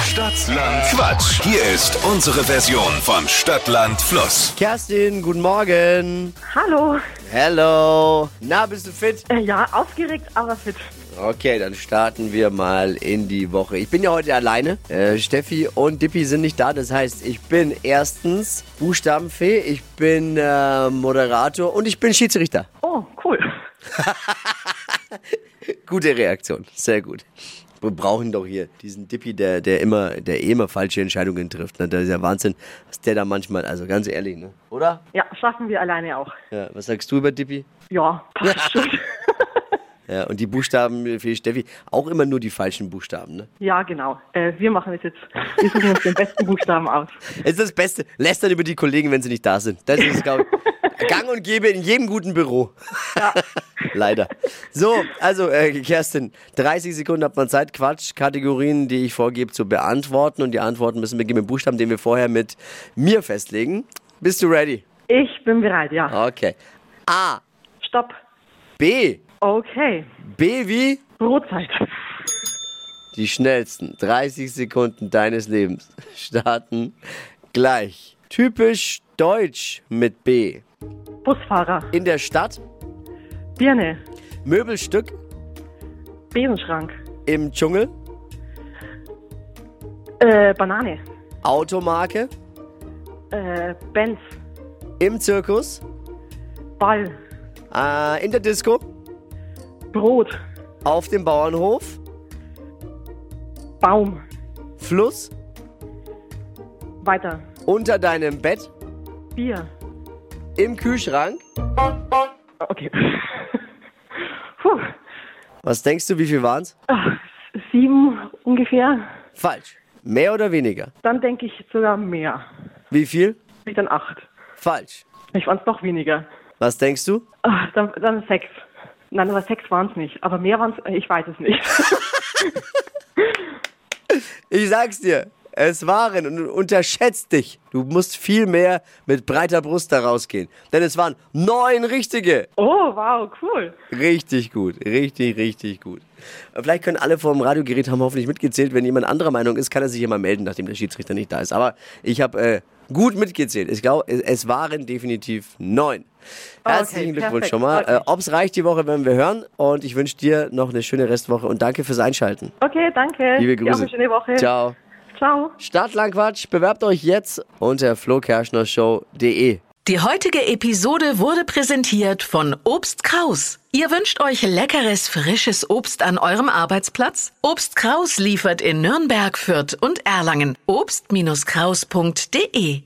Stadtland Quatsch. Hier ist unsere Version von Stadtland Fluss. Kerstin, guten Morgen. Hallo. Hello. Na, bist du fit? Äh, Ja, aufgeregt, aber fit. Okay, dann starten wir mal in die Woche. Ich bin ja heute alleine. Äh, Steffi und Dippi sind nicht da. Das heißt, ich bin erstens Buchstabenfee, ich bin äh, Moderator und ich bin Schiedsrichter. Oh, cool. Gute Reaktion, sehr gut. Wir brauchen doch hier diesen Dippi, der, der immer, der eh immer falsche Entscheidungen trifft. Ne? Das ist ja Wahnsinn, was der da manchmal, also ganz ehrlich, ne? Oder? Ja, schaffen wir alleine auch. Ja, was sagst du über Dippi? Ja, passt schon. Ja, und die Buchstaben für Steffi, auch immer nur die falschen Buchstaben, ne? ja, genau. Äh, wir machen es jetzt. Wir suchen uns den besten Buchstaben aus. Es ist das Beste. Lästern über die Kollegen, wenn sie nicht da sind. Das ist, glaube ich, gang und gäbe in jedem guten Büro. Leider. So, also, äh, Kerstin, 30 Sekunden hat man Zeit, Quatsch, Kategorien, die ich vorgebe, zu beantworten. Und die Antworten müssen beginnen mit Buchstaben, den wir vorher mit mir festlegen. Bist du ready? Ich bin bereit, ja. Okay. A. Stopp. B. Okay. B wie? Brotzeit. Die schnellsten 30 Sekunden deines Lebens starten gleich. Typisch deutsch mit B. Busfahrer. In der Stadt, Birne. Möbelstück Besenschrank. im Dschungel, Äh, Banane. Automarke Äh, Benz. im Zirkus, Ball. äh, in der Disco, Brot. auf dem Bauernhof, Baum. Fluss, Weiter. unter deinem Bett, Bier. im Kühlschrank. Okay. Puh. Was denkst du, wie viel waren's? Ah, Sieben ungefähr. Falsch. Mehr oder weniger? Dann denke ich sogar mehr. Wie viel? Ich dann acht. Falsch. Ich waren es noch weniger. Was denkst du? Ah, dann, dann sechs. Nein, aber sechs waren es nicht. Aber mehr waren es, ich weiß es nicht. Ich sag's dir, es waren und du unterschätzt dich. Du musst viel mehr mit breiter Brust da rausgehen. Denn es waren neun richtige. Oh, wow, cool. Richtig gut, richtig, richtig gut. Vielleicht können alle vor dem Radiogerät haben hoffentlich mitgezählt. Wenn jemand anderer Meinung ist, kann er sich immer melden, nachdem der Schiedsrichter nicht da ist. Aber ich habe äh, gut mitgezählt. Ich glaube, es, es waren definitiv neun. Okay, Herzlichen Glückwunsch perfekt, schon mal. freut Äh, mich. Ob es reicht die Woche, werden wir hören. Und ich wünsche dir noch eine schöne Restwoche und danke fürs Einschalten. Okay, danke. Liebe Dir auch Grüße. eine schöne Woche. Ciao. Ciao. Stadtlangquatsch, bewerbt euch jetzt unter flokerschnershow.de. Die heutige Episode wurde präsentiert von Obst Kraus. Ihr wünscht euch leckeres, frisches Obst an eurem Arbeitsplatz? Obst Kraus liefert in Nürnberg, Fürth und Erlangen. Obst-Kraus.de